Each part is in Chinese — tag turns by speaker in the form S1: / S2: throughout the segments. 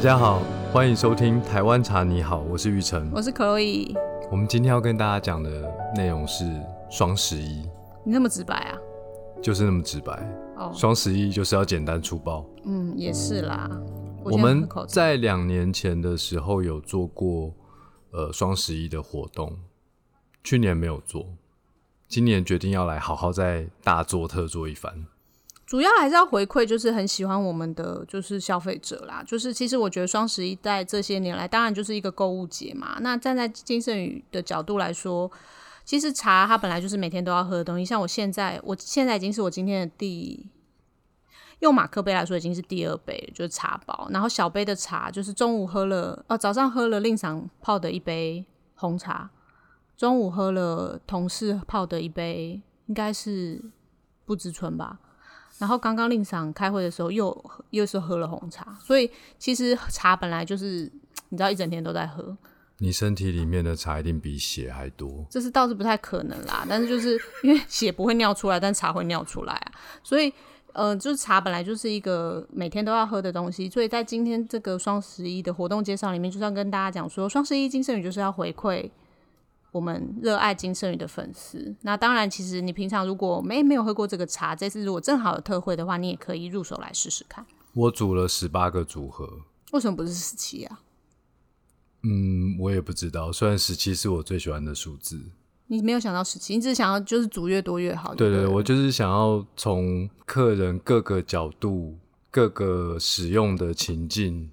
S1: 家好，欢迎收听《台湾茶你好》，我是玉成。
S2: 我是 Chloe，
S1: 我们今天要跟大家讲的内容是双十一，
S2: 你那么直白啊？
S1: 就是那么直白。
S2: 哦，
S1: 双十一就是要简单粗暴。
S2: 嗯，也是啦。
S1: 我
S2: 现在
S1: 们
S2: 喝口茶
S1: 在两年前的时候有做过呃双十一的活动，去年没有做，今年决定要来好好再大做特做一番。
S2: 主要还是要回馈，就是很喜欢我们的就是消费者啦。就是其实我觉得双十一在这些年来，当然就是一个购物节嘛。那站在金圣宇的角度来说，其实茶它本来就是每天都要喝的东西。像我现在，我现在已经是我今天的第。用马克杯来说，已经是第二杯了，就是茶包。然后小杯的茶，就是中午喝了，哦，早上喝了令赏泡的一杯红茶，中午喝了同事泡的一杯，应该是不知醇吧。然后刚刚令赏开会的时候又喝又是喝了红茶，所以其实茶本来就是你知道一整天都在喝，
S1: 你身体里面的茶一定比血还多，
S2: 这是倒是不太可能啦。但是就是因为血不会尿出来，但茶会尿出来啊，所以呃，就是茶本来就是一个每天都要喝的东西，所以在今天这个双十一的活动介绍里面，就是要跟大家讲说，双十一金圣宇就是要回馈。我们热爱金圣宇的粉丝，那当然，其实你平常如果没没有喝过这个茶，这次如果正好有特惠的话，你也可以入手来试试看。
S1: 我组了十八个组合，
S2: 为什么不是十七啊？
S1: 嗯，我也不知道，虽然十七是我最喜欢的数字，
S2: 你没有想到十七，你只是想要就是组越多越好。
S1: 对
S2: 对
S1: 对，
S2: 了
S1: 我就是想要从客人各个角度、各个使用的情境，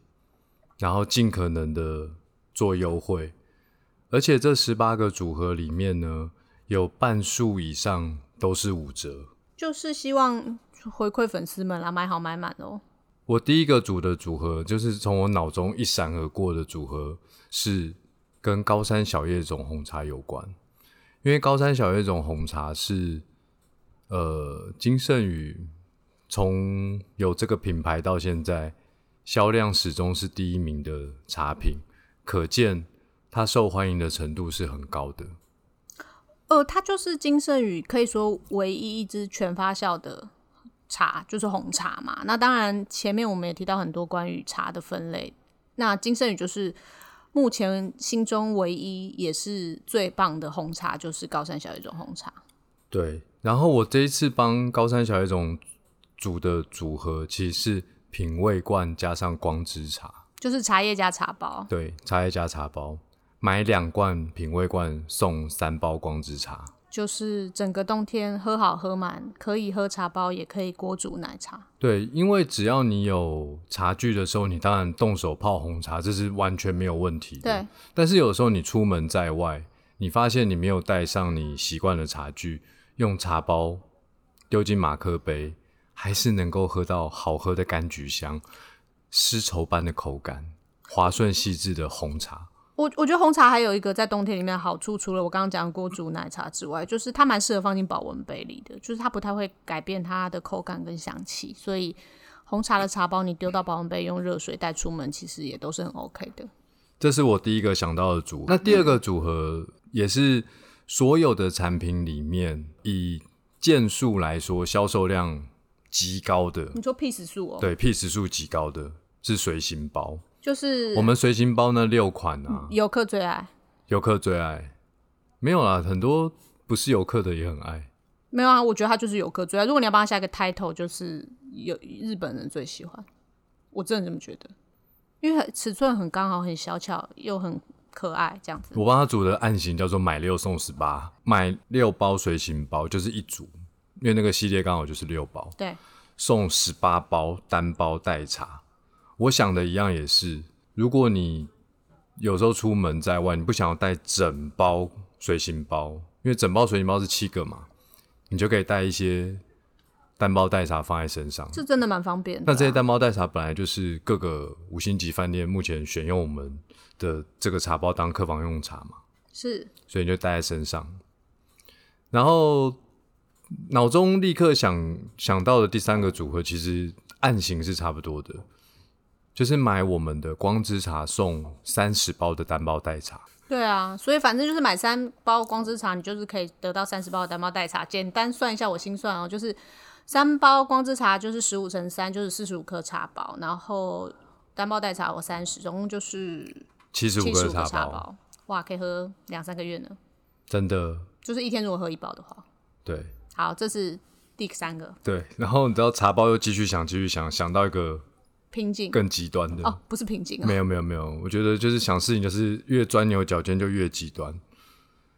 S1: 然后尽可能的做优惠。而且这十八个组合里面呢，有半数以上都是五折。
S2: 就是希望回馈粉丝们啦，买好买满哦。
S1: 我第一个组的组合，就是从我脑中一闪而过的组合，是跟高山小叶种红茶有关，因为高山小叶种红茶是呃金圣宇从有这个品牌到现在，销量始终是第一名的茶品，可见它受欢迎的程度是很高的。
S2: 呃，它就是金圣宇可以说唯一一支全发酵的茶，就是红茶嘛。那当然，前面我们也提到很多关于茶的分类，那金圣宇就是目前心中唯一也是最棒的红茶，就是高山小叶种红茶。
S1: 对，然后我这一次帮高山小叶种组的组合，其实是品味罐加上光之茶。
S2: 就是茶叶加茶包，
S1: 对，茶叶加茶包，买两罐品味罐送三包光之茶。
S2: 就是整个冬天喝好喝满，可以喝茶包，也可以锅煮奶茶。
S1: 对，因为只要你有茶具的时候，你当然动手泡红茶，这是完全没有问题的。
S2: 对。
S1: 但是有时候你出门在外，你发现你没有带上你习惯的茶具，用茶包丢进马克杯，还是能够喝到好喝的柑橘香，丝绸般的口感，滑顺细致的红茶。
S2: 我我觉得红茶还有一个在冬天里面的好处，除了我刚刚讲的锅煮奶茶之外，就是它蛮适合放进保温杯里的，就是它不太会改变它的口感跟香气，所以红茶的茶包你丢到保温杯，用热水带出门，其实也都是很 OK 的。
S1: 这是我第一个想到的组合。嗯那第二个组合也是所有的产品里面，以件数来说，销售量极高的，
S2: 你说 piece 数哦，
S1: 对 P 指数极高的是随行包。
S2: 就是
S1: 我们随行包那六款啊，
S2: 游客最爱。
S1: 游客最爱。没有啦，很多不是游客的也很爱。
S2: 没有啊，我觉得它就是游客最爱。如果你要帮它下一个 title，就是有日本人最喜欢，我真的这么觉得，因为尺寸很刚好，很小巧又很可爱，这样子。
S1: 我帮他组的案型叫做“买六送十八”，买六包随行包就是一组，因为那个系列刚好就是六包。
S2: 对，
S1: 送十八包单包代茶。我想的一样也是，如果你有时候出门在外，你不想要带整包随行包，因为整包随行包是七个嘛，你就可以带一些单包代茶放在身上。
S2: 这真的蛮方便的啊、
S1: 那这些单包代茶本来就是各个五星级饭店目前选用我们的这个茶包当客房用茶嘛。
S2: 是
S1: 所以你就带在身上。然后脑中立刻想想到的第三个组合，其实案型是差不多的，就是买我们的光之茶送三十包的单包代茶。
S2: 对啊，所以反正就是买三包光之茶，你就是可以得到三十包的单包代茶。简单算一下我心算哦，就是三包光之茶就是十五乘三，就是四十五颗茶包，然后单包代茶我三十，总共就是
S1: 七十五
S2: 七
S1: 个
S2: 十五
S1: 茶
S2: 个茶
S1: 包，
S2: 包，哇，可以喝两三个月呢。
S1: 真的
S2: 就是一天如果喝一包的话，
S1: 对
S2: 好，这是第三个
S1: 对。然后你知道茶包又继续想，继续想，想到一个
S2: 瓶颈
S1: 更极端的，
S2: 哦，不是瓶颈啊，
S1: 没有没有没有，我觉得就是想事情就是越钻牛角尖就越极端。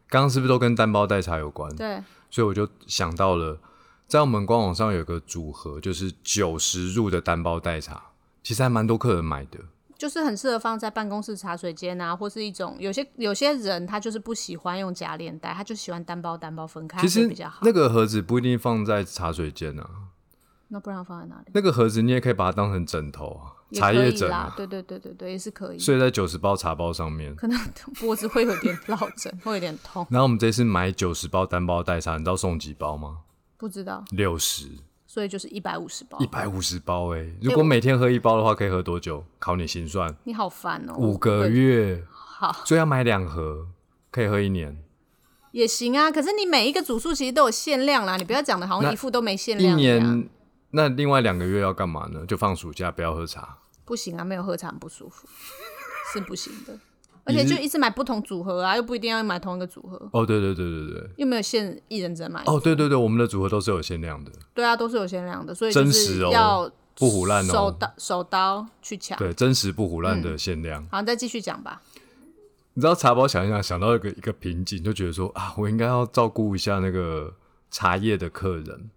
S1: 刚刚是不是都跟单包代茶有关？
S2: 对，
S1: 所以我就想到了，在我们官网上有个组合，就是九十入的单包代茶，其实还蛮多客人买的。
S2: 就是很适合放在办公室茶水间啊，或是一种有些有些人他就是不喜欢用夹链袋，他就喜欢单包单包分
S1: 其
S2: 开，他觉得
S1: 实
S2: 比较好。
S1: 那个盒子不一定放在茶水间啊，
S2: 那不然放在哪里？
S1: 那个盒子你也可以把它当成枕头啊，
S2: 也
S1: 茶
S2: 可
S1: 叶
S2: 以
S1: 枕
S2: 啦
S1: 啊，，
S2: 对对对对对，也是可以。
S1: 睡在九十包茶包上面。
S2: 可能 脖子会有点落枕，会有点 痛，
S1: 然后我们这次买九十包单包代茶，你知道送几包吗？
S2: 不知道，
S1: 六十，
S2: 所以就是一百五十包
S1: 一。百五十包哎、如果每天喝一包的话，可以喝多久？考你心算，
S2: 你好烦哦、
S1: 五个
S2: 对
S1: 月，
S2: 好
S1: 所以要买两盒，可以喝一年。
S2: 也行啊，可是你每一个组数其实都有限量啦，你不要讲的好像
S1: 那
S2: 一副都没限
S1: 一
S2: 量样。
S1: 年那另外两个月要干嘛呢？就放暑假，不要喝茶。
S2: 不行啊，没有喝茶很不舒服，是不行的。而且就一直买不同组合啊，又不一定要买同一个组合，
S1: 哦，对对对对对，
S2: 又没有限一人只能买。
S1: 哦对对对，我们的组合都是有限量的，
S2: 对啊，都是有限量的，所以
S1: 真
S2: 就
S1: 实
S2: 是
S1: 哦
S2: 要
S1: 不胡乱
S2: 手
S1: 哦。
S2: 刀手刀去抢。
S1: 对，真实不胡乱的限量。
S2: 好，你再继续讲吧。
S1: 你知道茶包想一想，想到一个一个瓶颈，就觉得说啊，我应该要照顾一下那个茶叶的客人。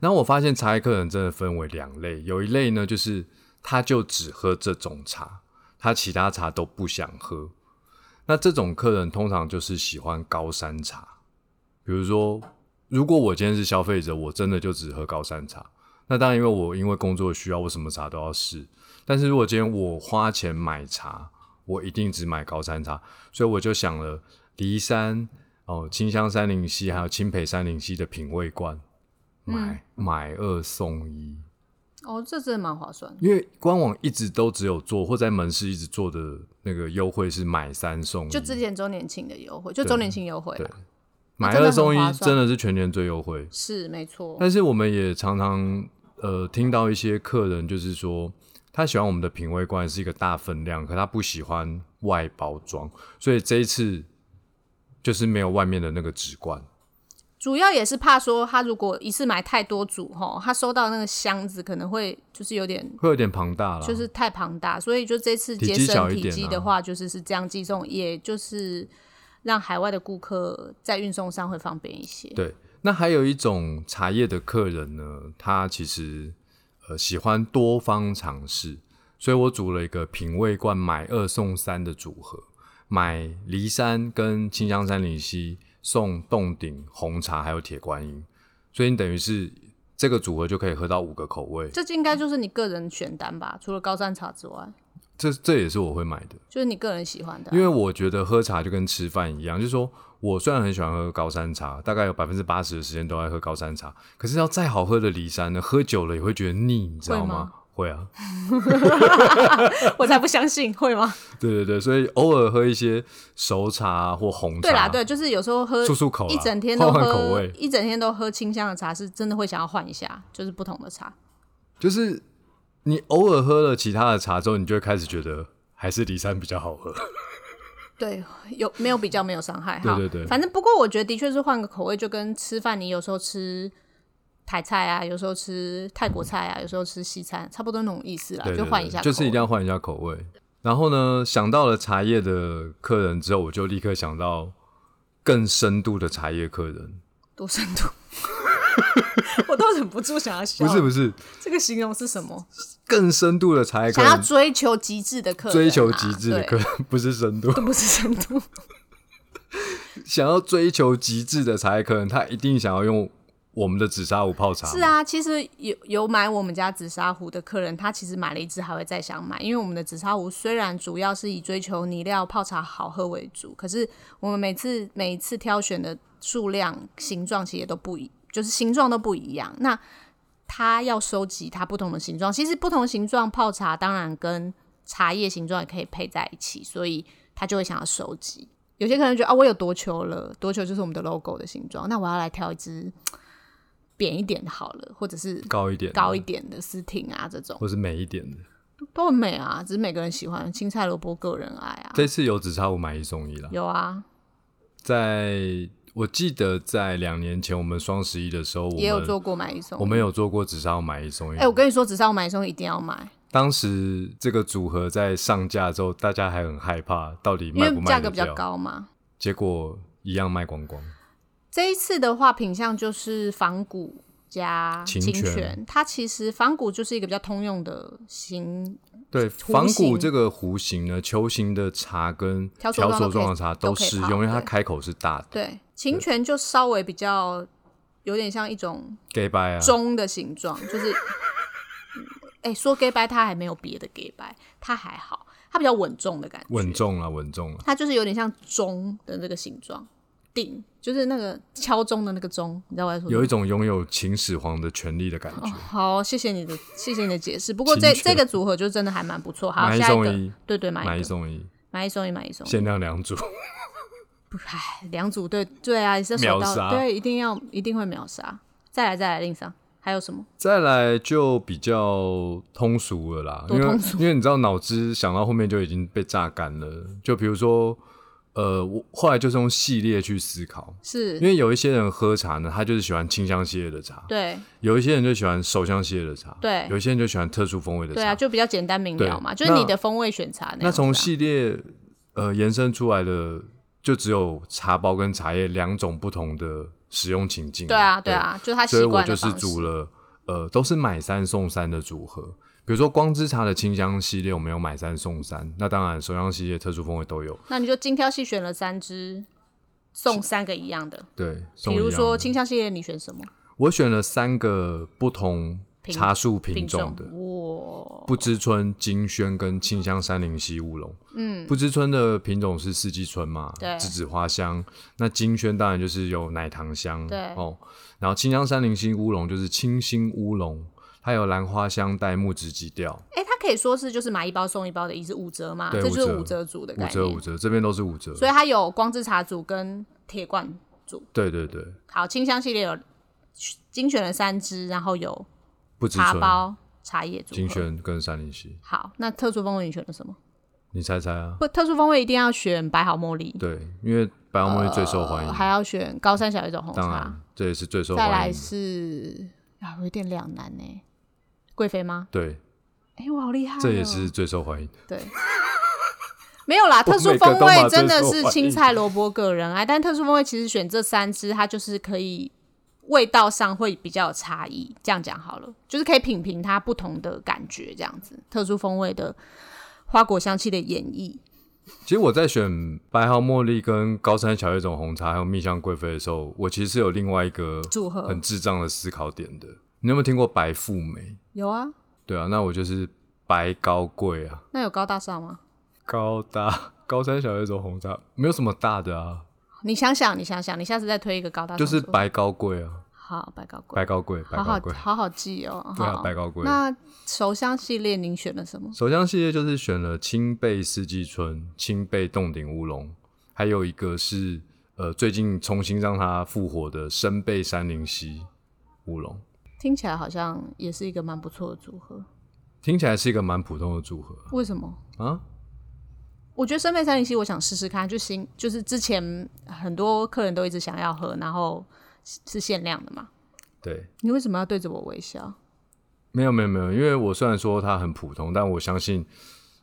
S1: 然后我发现茶叶客人真的分为两类，有一类呢，就是他就只喝这种茶，他其他茶都不想喝。那这种客人通常就是喜欢高山茶，比如说，如果我今天是消费者，我真的就只喝高山茶。那当然，因为我因为工作需要，我什么茶都要试。但是如果今天我花钱买茶，我一定只买高山茶，所以我就想了骊山、哦清香山林溪还有青培山林溪的品味罐，
S2: 嗯
S1: 买、买二送一，
S2: 哦，这真的蛮划算的。
S1: 因为官网一直都只有做或在门市一直做的那个优惠是买三送一，
S2: 就之前周年庆的优惠，就周年庆优惠啦
S1: 嗯对买
S2: 那真
S1: 二
S2: 的很
S1: 送一
S2: 划算
S1: 真的是全年最优惠。
S2: 是没错。
S1: 但是我们也常常呃听到一些客人就是说，他喜欢我们的品味罐是一个大分量，可他不喜欢外包装，所以这一次就是没有外面的那个纸罐。
S2: 主要也是怕说，他如果一次买太多组吼，他收到那个箱子可能会就是有点
S1: 会有点庞大啦，
S2: 就是太庞大，所以就这次
S1: 体积
S2: 节
S1: 小
S2: 省
S1: 一
S2: 体
S1: 点
S2: 积
S1: 啊
S2: 的话，就是是这样寄送，也就是让海外的顾客在运送上会方便一些。
S1: 对。那还有一种茶叶的客人呢，他其实呃喜欢多方尝试，所以我组了一个品味罐买二送三的组合，买骊山跟清香山林溪送洞顶红茶还有铁观音，所以你等于是这个组合就可以喝到五个口味，
S2: 这应该就是你个人选单吧，除了高山茶之外，
S1: 这这也是我会买的。
S2: 就是你个人喜欢的啊、
S1: 因为我觉得喝茶就跟吃饭一样，就是说我虽然很喜欢喝高山茶，大概有百分之八十的时间都在喝高山茶，可是要再好喝的骊山呢，喝久了也会觉得腻，你知道
S2: 会
S1: 吗
S2: 吗？
S1: 会啊，
S2: 我才不相信会吗？
S1: 对对对，所以偶尔喝一些熟茶啊或红茶，
S2: 对啦，对，就是有时候喝
S1: 漱漱口啦
S2: 一整天都
S1: 换换口
S2: 喝
S1: 味
S2: 一整天都喝清香的茶，是真的会想要换一下，就是不同的茶。
S1: 就是你偶尔喝了其他的茶之后，你就会开始觉得还是骊山比较好喝。
S2: 对，有没有比较没有伤害哈。
S1: 对对对
S2: 反正不过我觉得的确是换个口味，就跟吃饭你有时候吃台菜啊，有时候吃泰国菜啊，有时候吃西餐，差不多那种意思啦，
S1: 对对
S2: 就换一下
S1: 对
S2: 口味。
S1: 就是一定要换一下口味。然后呢，想到了茶叶的客人之后，我就立刻想到更深度的茶叶客人，
S2: 多深度。 我都忍不住想要笑，
S1: 不是不是，
S2: 这个形容是什么？
S1: 更深度的茶叶客
S2: 想要
S1: 人，
S2: 追求极致的客人啊、
S1: 追求极致的
S2: 对
S1: 客人，不是深度。
S2: 都不是深度。
S1: 想要追求极致的茶叶客人，他一定想要用我们的紫砂壶泡茶。
S2: 是，啊，其实有有买我们家紫砂壶的客人，他其实买了一只还会再想买，因为我们的紫砂壶虽然主要是以追求泥料泡茶好喝为主，可是我们每次每一次挑选的数量、形状其实也都不一，就是形状都不一样。那他要收集它不同的形状，其实不同的形状泡茶当然跟茶叶形状也可以配在一起，所以他就会想要收集。有些客人觉得啊，我有多球了，多球就是我们的 logo 的形状，那我要来挑一只扁一点的好了，或者是
S1: 高一点，
S2: 高一点的私挺啊这种。
S1: 或是美一点的。
S2: 都很美啊，只是每个人喜欢青菜萝卜个人爱啊。
S1: 这次有只差我买一送一啦，
S2: 有啊，
S1: 在我记得在两年前我们双十一的时候，我们
S2: 也有做过买一送一。
S1: 我们有做过只差我买一送一。
S2: 哎、我跟你说，只是要买一送一一定要买，
S1: 当时这个组合在上架之后，大家还很害怕到底
S2: 因
S1: 卖不
S2: 为
S1: 卖
S2: 价
S1: 得
S2: 格比较
S1: 掉，
S2: 高嘛。
S1: 结果一样卖光光。
S2: 这一次的话，品相就是仿古加
S1: 秦
S2: 清
S1: 泉
S2: 泉，它其实仿古就是一个比较通用的型，
S1: 对，
S2: 弧
S1: 仿古
S2: 形
S1: 这个弧形呢，球形的茶跟
S2: 条索状
S1: 索
S2: 都
S1: 状
S2: 可
S1: 的
S2: 以
S1: 茶
S2: 都可以
S1: 适
S2: 泡
S1: 用，因为它
S2: 对
S1: 开口是大的。
S2: 对，清泉就稍微比较有点像一种
S1: gay bye 啊，
S2: 钟的 形状，就是，哎、诶说 gay 白它还没有别的 gay 白，它还好，它比较稳重的感觉，
S1: 稳重了，稳重啊了。
S2: 它就是有点像钟的那个形状，鼎就是那个敲钟的那个钟，你知道我在说什么
S1: 有
S2: 吗
S1: 一种拥有秦始皇的权利的感
S2: 哦
S1: 觉。
S2: 好，谢谢你的，谢谢你的解释。不过这
S1: 请全
S2: 这个组合就真的还蛮不错。好，
S1: 买一
S2: 下
S1: 送
S2: 个，
S1: 一，
S2: 对对，买
S1: 买
S2: 一
S1: 一
S2: 个，
S1: 送一，
S2: 买一送一，买一送一。
S1: 限量两组。
S2: 哎，两组对对啊，也是手
S1: 秒杀
S2: 到对，一定要一定会秒杀。再来再来，令上还有什么？
S1: 再来就比较通俗了啦，因
S2: 多
S1: 为
S2: 通俗
S1: 因为你知道脑汁想到后面就已经被榨干了。就比如说，呃，我后来就是用系列去思考，因
S2: 是
S1: 为有一些人喝茶呢，他就是喜欢清香系列的茶，
S2: 对
S1: 有一些人就喜欢手香系列的茶，
S2: 对
S1: 有一些人就喜欢特殊风味的茶。
S2: 对啊，就比较简单明了嘛，
S1: 对
S2: 就是你
S1: 那
S2: 的风味选茶那
S1: 那
S2: 样子啊
S1: 从系列呃延伸出来的，就只有茶包跟茶叶两种不同的使用情境。
S2: 对啊对啊，就是他
S1: 所以
S2: 习
S1: 我
S2: 惯
S1: 就
S2: 的
S1: 是
S2: 方式。
S1: 煮了，呃，都是买三送三的组合。比如说光之茶的清香系列，我们有买三送三，那当然手香系列、特殊风味都有。
S2: 那你就精挑细选了三支，送三个一样的。
S1: 对，送
S2: 比
S1: 一样
S2: 如
S1: 的
S2: 说清香系列，你选什么
S1: 我选了三个不同
S2: 品
S1: 茶树品
S2: 品
S1: 种
S2: 种
S1: 的？
S2: 哇，
S1: 不知春、金萱跟清香山林溪乌龙。嗯，不知春的品种是四季春嘛，
S2: 对
S1: 栀子花香。那金萱当然就是有奶糖香，
S2: 对
S1: 哦。然后清香山林溪乌龙就是清新乌龙，它有兰花香带木质基调。
S2: 哎、它可以说是就是买一包送一包的，一是五折嘛，
S1: 对
S2: 这就是
S1: 五
S2: 五
S1: 折
S2: 折组的概
S1: 五
S2: 念。
S1: 折五折，这边都是五折。
S2: 所以它有光之茶组跟铁罐组。
S1: 对对对，
S2: 好，清香系列有精选了三支，然后有
S1: 不止
S2: 茶
S1: 纯
S2: 包、茶叶组合
S1: 金。萱跟山林溪，
S2: 好，那特殊风味你选了什么？
S1: 你猜猜啊？
S2: 不，特殊风味一定要选百好茉莉，
S1: 对，因为白杨茉莉最受欢迎，
S2: 呃还要选高山小一种
S1: 嗯
S2: 红
S1: 当
S2: 茶
S1: 然，这也是最受
S2: 再
S1: 欢
S2: 来
S1: 迎的。
S2: 是啊，有点两难呢、贵妃吗？
S1: 对，
S2: 哎、我好厉害、哦！
S1: 这也是最受欢迎的。
S2: 对， 没有啦，特殊风
S1: 每个都
S2: 味
S1: 把
S2: 真的
S1: 最
S2: 是
S1: 受欢迎
S2: 青菜萝卜个人啊爱，但特殊风味其实选这三支，它就是可以味道上会比较有差异。这样讲好了，就是可以品评它不同的感觉，这样子特殊风味的花果香气的演绎。
S1: 其实我在选白毫茉莉跟高山小叶种红茶还有蜜香贵妃的时候，我其实是有另外一个
S2: 组合
S1: 很智障的思考点的。你有没有听过白富美？
S2: 有啊，
S1: 对啊，那我就是白高贵啊，
S2: 那有高大上吗？
S1: 高大高山小叶种红茶没有什么大的啊，
S2: 你想想，你想想，你下次再推一个高大上
S1: 就是
S2: 出来
S1: 白高贵啊，
S2: 好白高贵
S1: 白，高贵，白高
S2: 好好
S1: 贵。
S2: 好好记哦。
S1: 对啊，
S2: 好
S1: 白高贵。
S2: 那手香系列您选了什么？
S1: 首相系列就是选了青贝四季春、青贝洞顶乌龙，还有一个是呃最近重新让它复活的深贝山林溪乌龙，
S2: 听起来好像也是一个蛮不错的组合，
S1: 听起来是一个蛮普通的组合
S2: 为什么？
S1: 啊。
S2: 我觉得生贝三零七，我想试试看，就新就是之前很多客人都一直想要喝，然后是是限量的嘛。
S1: 对，
S2: 你为什么要对着我微笑？
S1: 没有没有没有，因为我虽然说它很普通，但我相信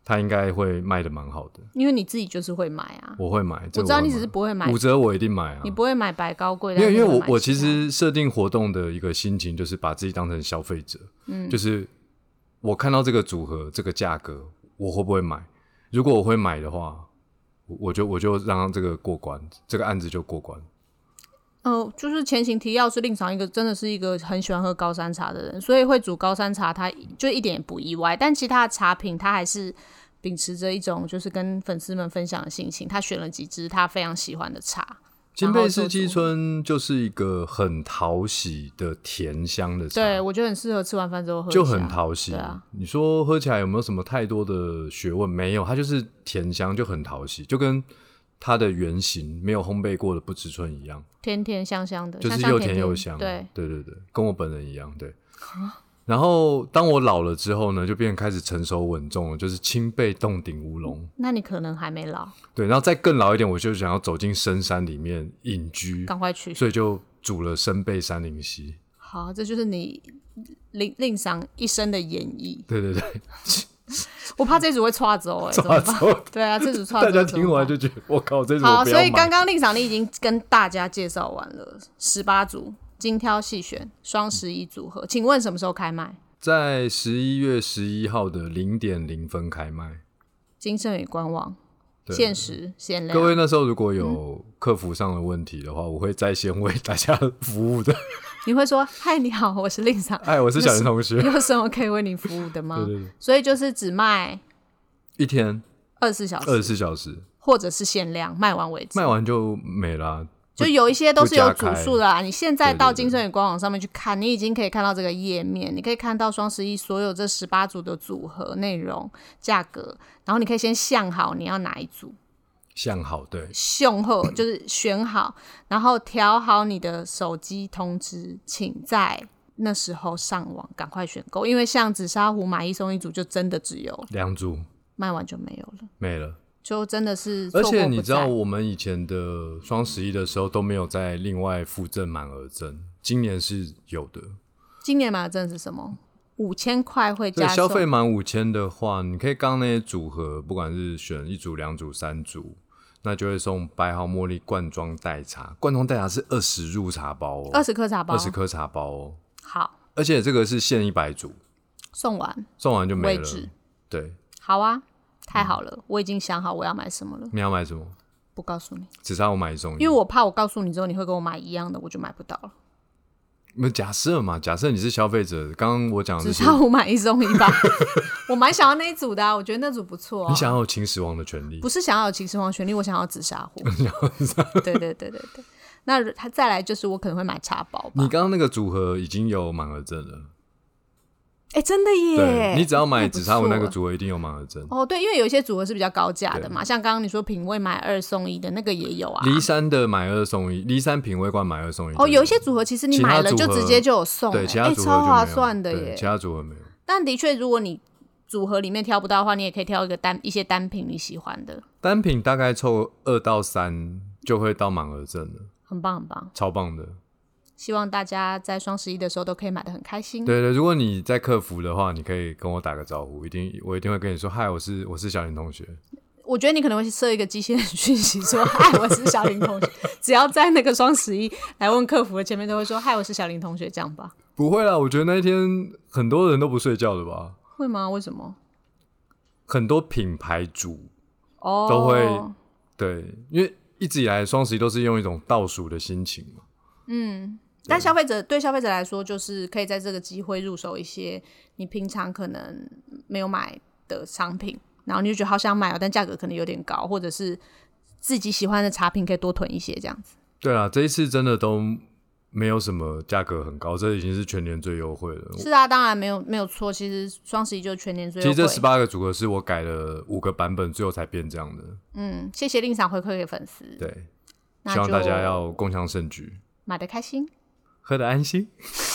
S1: 它应该会卖的蛮好的，
S2: 因为你自己就是会买啊。
S1: 我会买。这
S2: 我
S1: 个
S2: 知道
S1: 会
S2: 你
S1: 买
S2: 只是不会买
S1: 五，折，我一定买啊
S2: 你。不会买白高贵，
S1: 因为因为
S2: 但是你
S1: 我
S2: 会买
S1: 我其
S2: 他
S1: 实设定活动的一个心情就是把自己当成消费者，嗯，就是我看到这个组合这个价格，我会不会买？如果我会买的话，我我就我就让这个过关，这个案子就过关。
S2: 呃，就是前行提要是令常一个真的是一个很喜欢喝高山茶的人，所以会煮高山茶，他就一点也不意外。但其他的茶品，他还是秉持着一种就是跟粉丝们分享的心情，他选了几支他非常喜欢的茶。
S1: 金
S2: 然后
S1: 贝
S2: 做
S1: 斯基
S2: 组合
S1: 村就是一个很讨喜的甜香的茶，
S2: 对，我觉得很适合吃完饭之后喝一下，
S1: 就很讨喜。
S2: 对啊
S1: 你说喝起来有没有什么太多的学问？没有，它就是甜香，就很讨喜，就跟它的原型没有烘焙过的不知春一样。
S2: 甜甜香香的，
S1: 就是
S2: 香香
S1: 又甜又
S2: 甜
S1: 香，啊
S2: 对，啊
S1: 对对对，跟我本人一样，对。然后当我老了之后呢，就变得开始成熟稳重了，就是青背洞顶乌龙。
S2: 那你可能还没老，
S1: 对，然后再更老一点，我就想要走进深山里面隐居，
S2: 赶快去。
S1: 嗯所以就煮了生贝山林溪。
S2: 好，这就是你令令赏一生的演绎。
S1: 对对对，
S2: 我怕这组会岔 走哎，怎
S1: 抓
S2: 么办？
S1: 走。
S2: 对啊，这组岔
S1: 大
S2: 走怎么
S1: 家
S2: 办。
S1: 听完就觉得我靠，这种
S2: 好，
S1: 我不要
S2: 所以刚
S1: 买。
S2: 刚令赏你已经跟大家介绍完了十八组精挑细选双十一组合，请问什么时候开卖？
S1: 在十一月十一号的零点零分开卖。
S2: 金盛宇官网
S1: 对
S2: 限时限量。
S1: 各位那时候如果有
S2: 嗯
S1: 客服上的问题的话，我会在线为大家 服务的。
S2: 你会说：“嗨，你好，我是 令赏，
S1: 哎，我是小林同学。
S2: 有什么可以为你服务的吗？”
S1: 对对对，
S2: 所以就是只卖
S1: 一天
S2: 二十四小
S1: 二
S2: 时，
S1: 十四小时，
S2: 或者啊是限量，卖完为止。
S1: 卖完就没啦。
S2: 就有一些都是有组数的啦。你现在到
S1: 对对对
S2: 金盛宇官网上面去看，你已经可以看到这个页面，你可以看到双十一所有这十八组的组合内容、价格，然后你可以先想好你要哪一组，
S1: 向好，对，
S2: 选后就是选好，然后调好你的手机通知，请在那时候上网赶快选购，因为像紫砂壶买一送一组就真的只有
S1: 两组
S2: 卖完就没有了，
S1: 没了。
S2: 就真的是
S1: 而
S2: 错过
S1: 且
S2: 不
S1: 你知道，
S2: 再
S1: 我们以前的双十一的时候都没有再另外附赠满额赠，今年是有的。
S2: 今年买的真的是什么？五千块会
S1: 对，
S2: 加
S1: 消
S2: 送
S1: 费满五千的话，你可以刚刚那些组合，不管是选一组、两组、三组，那就会送白毫茉莉罐装代茶，罐装代茶是二十入茶包哦，
S2: 二十颗茶包，
S1: 二十颗茶包哦，
S2: 好。
S1: 而且这个是限一百组，
S2: 送完
S1: 送完就没
S2: 为
S1: 了。
S2: 止。
S1: 对，
S2: 好啊，太好了，我已经想好我要买什么了，
S1: 你要买什么？
S2: 不告诉你，
S1: 只差我买一送一，
S2: 因为我怕我告诉你之后你会跟我买一样的，我就买不到了。
S1: 那假设嘛，假设你是消费者，刚刚我讲的
S2: 只
S1: 这些，
S2: 差我买一送一吧， 我蛮想要那一组的、啊，我觉得那组不错、啊。
S1: 你想要有秦始皇的权利
S2: 不，是想要有秦始皇权力，我想要紫砂 壶。对对对对对。那他再来就是我可能会买茶包吧
S1: 你。刚刚那个组合已经有满额赠了，
S2: 哎、真的耶！
S1: 对你只要买
S2: 那不
S1: 紫砂壶那
S2: 错
S1: 个组合，一定有满额赠。
S2: 哦，对，因为有一些组合是比较高价的嘛，像刚刚你说品味买二送一的那个也有啊。
S1: 骊山的买二送一，骊山品味罐买二送一。
S2: 哦，有一些组合其实你
S1: 其他
S2: 买了就
S1: 组合
S2: 直接就有送、欸，
S1: 对，其他
S2: 哎
S1: 组合就没有
S2: 超划算的
S1: 对
S2: 耶
S1: 其。他组合没有。
S2: 但的确，如果你组合里面挑不到的话，你也可以挑一个单一些单品你喜欢的，
S1: 单品大概凑二到三就会到满额赠了，
S2: 很棒很棒。
S1: 超棒
S2: 嗯
S1: 的。
S2: 希望大家在双十一的时候都可以买的很开心。
S1: 对对，如果你在客服的话，你可以跟我打个招呼，一定我一定会跟你说，嗨，我是我是小林同学。
S2: 我觉得你可能会设一个机械讯息说：“嗨，我是小林同学。”只要在那个双十一来问客服的前面都会说：“嗨，我是小林同学。”这样吧？
S1: 不会啦，我觉得那一天很多人都不睡觉的吧，
S2: 会吗？为什么？
S1: 很多品牌主
S2: 哦、
S1: 都会对，因为一直以来双十一都是用一种倒数的心情嘛。
S2: 但消费者对消费者来说，就是可以在这个机会入手一些你平常可能没有买的商品，然后你就觉得好想买哦，但价格可能有点高，或者是自己喜欢的茶品可以多囤一些这样子。
S1: 对啊，这一次真的都没有什么价格很高，这已经是全年最优惠了。
S2: 是啊，当然没有没有错。其实双十一就是全年最
S1: 其
S2: 优惠。
S1: 实这十八个组合是我改了五个版本，最后才变这样的。
S2: 嗯，谢谢令赏回馈给粉丝，
S1: 对，
S2: 那
S1: 希望
S2: 就
S1: 大家要共享盛举，
S2: 买的开心。
S1: 喝得安心。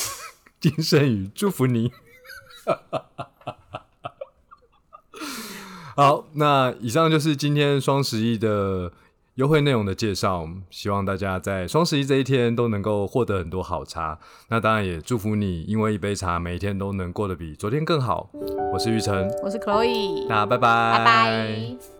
S1: 金圣宇祝福你。 好，那以上就是今天双十一的优惠内容的介绍。希望大家在双十一这一天都能够获得很多好茶。那当然也祝福你，因为一杯茶，每一天都能过得比昨天更好。我是玉成，
S2: 我是 Chloe，
S1: 那拜拜，
S2: 拜拜